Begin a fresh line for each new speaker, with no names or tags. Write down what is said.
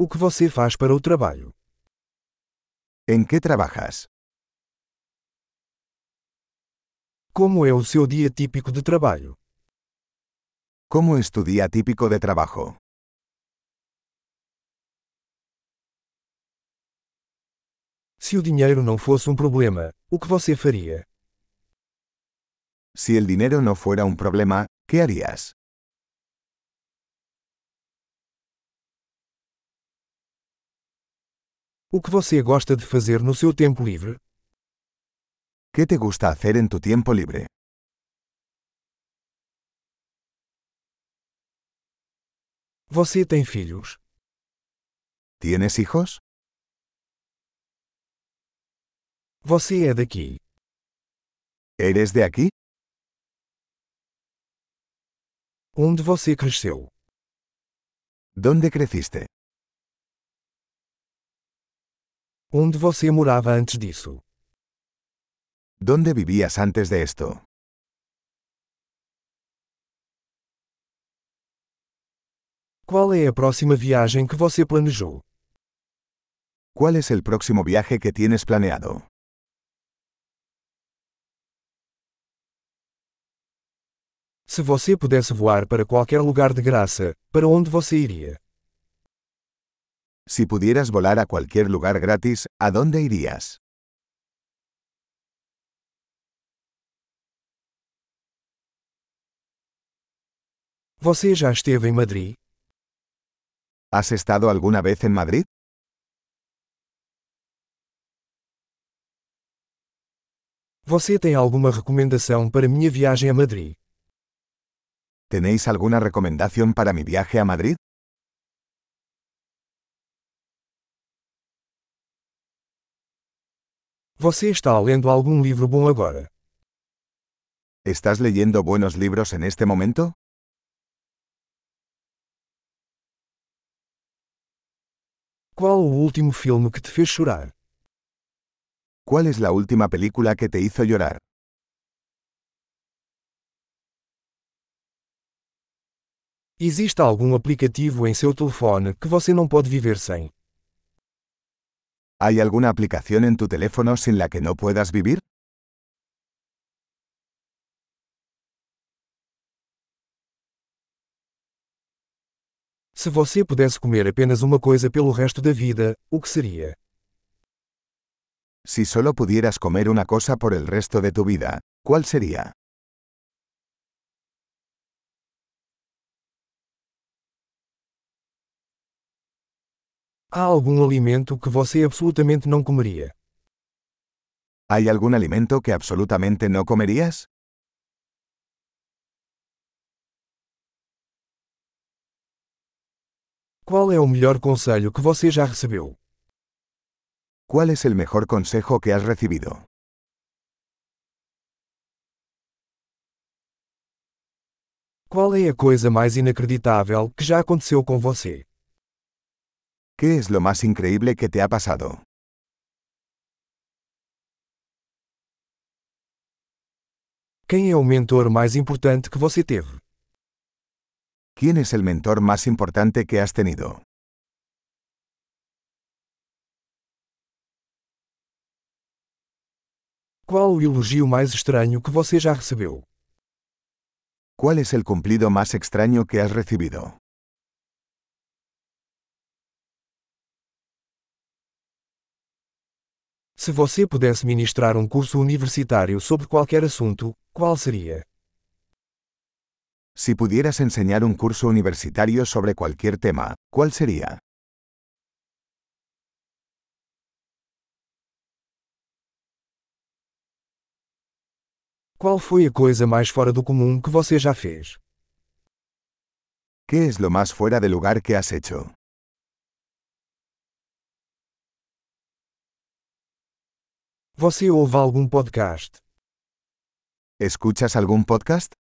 O que você faz para o trabalho?
¿En qué trabajas?
Como é o seu dia típico de trabalho?
¿Cómo es tu día típico de trabajo?
Se o dinheiro não fosse um problema, o que você faria?
Si el dinero no fuera un um problema, ¿qué harías?
O que você gosta de fazer no seu tempo livre?
¿Qué te gusta hacer en tu tiempo libre?
Você tem filhos?
¿Tienes hijos?
Você é daqui?
¿Eres de aquí?
Onde você cresceu?
¿Dónde creciste?
Onde você morava antes disso?
¿Dónde vivías antes de esto?
Qual é a próxima viagem que você planejou?
¿Cuál es el próximo viaje que tienes planeado?
Se você pudesse voar para qualquer lugar de graça, para onde você iria?
Si pudieras volar a cualquier lugar gratis, ¿a dónde irías?
Você já esteve em Madrid?
¿Has estado alguna vez en Madrid?
Você tem alguma recomendação para minha viagem a Madrid?
¿Tenéis alguna recomendación para mi viaje a Madrid?
Você está lendo algum livro bom agora?
¿Estás leyendo buenos libros en este momento?
Qual o último filme que te fez chorar?
¿Cuál es la última película que te hizo llorar?
Existe algum aplicativo em seu telefone que você não pode viver sem?
¿Hay alguna aplicación en tu teléfono sin la que no puedas vivir?
Se você pudesse comer apenas uma coisa pelo resto da vida, o que seria?
Si solo pudieras comer una cosa por el resto de tu vida, ¿cuál sería?
Há algum alimento que você absolutamente não comeria?
¿Hay algún alimento que absolutamente no comerías?
Qual é o melhor conselho que você já recebeu?
¿Cuál es el mejor consejo que has recibido?
Qual é a coisa mais inacreditável que já aconteceu com você?
¿Qué es lo más increíble que te ha pasado?
Quem é o mentor mais importante que você teve?
¿Quién es el mentor más importante que has tenido?
Qual o elogio mais estranho que você já recebeu?
¿Cuál es el cumplido más extraño que has recibido?
Se você pudesse ministrar um curso universitário sobre qualquer assunto, qual seria?
Si pudieras enseñar un curso universitario sobre cualquier tema, ¿cuál sería?
Qual foi a coisa mais fora do comum que você já fez?
¿Qué es lo más fuera de lugar que has hecho?
Você ouve algum podcast?
¿Escuchas algún podcast?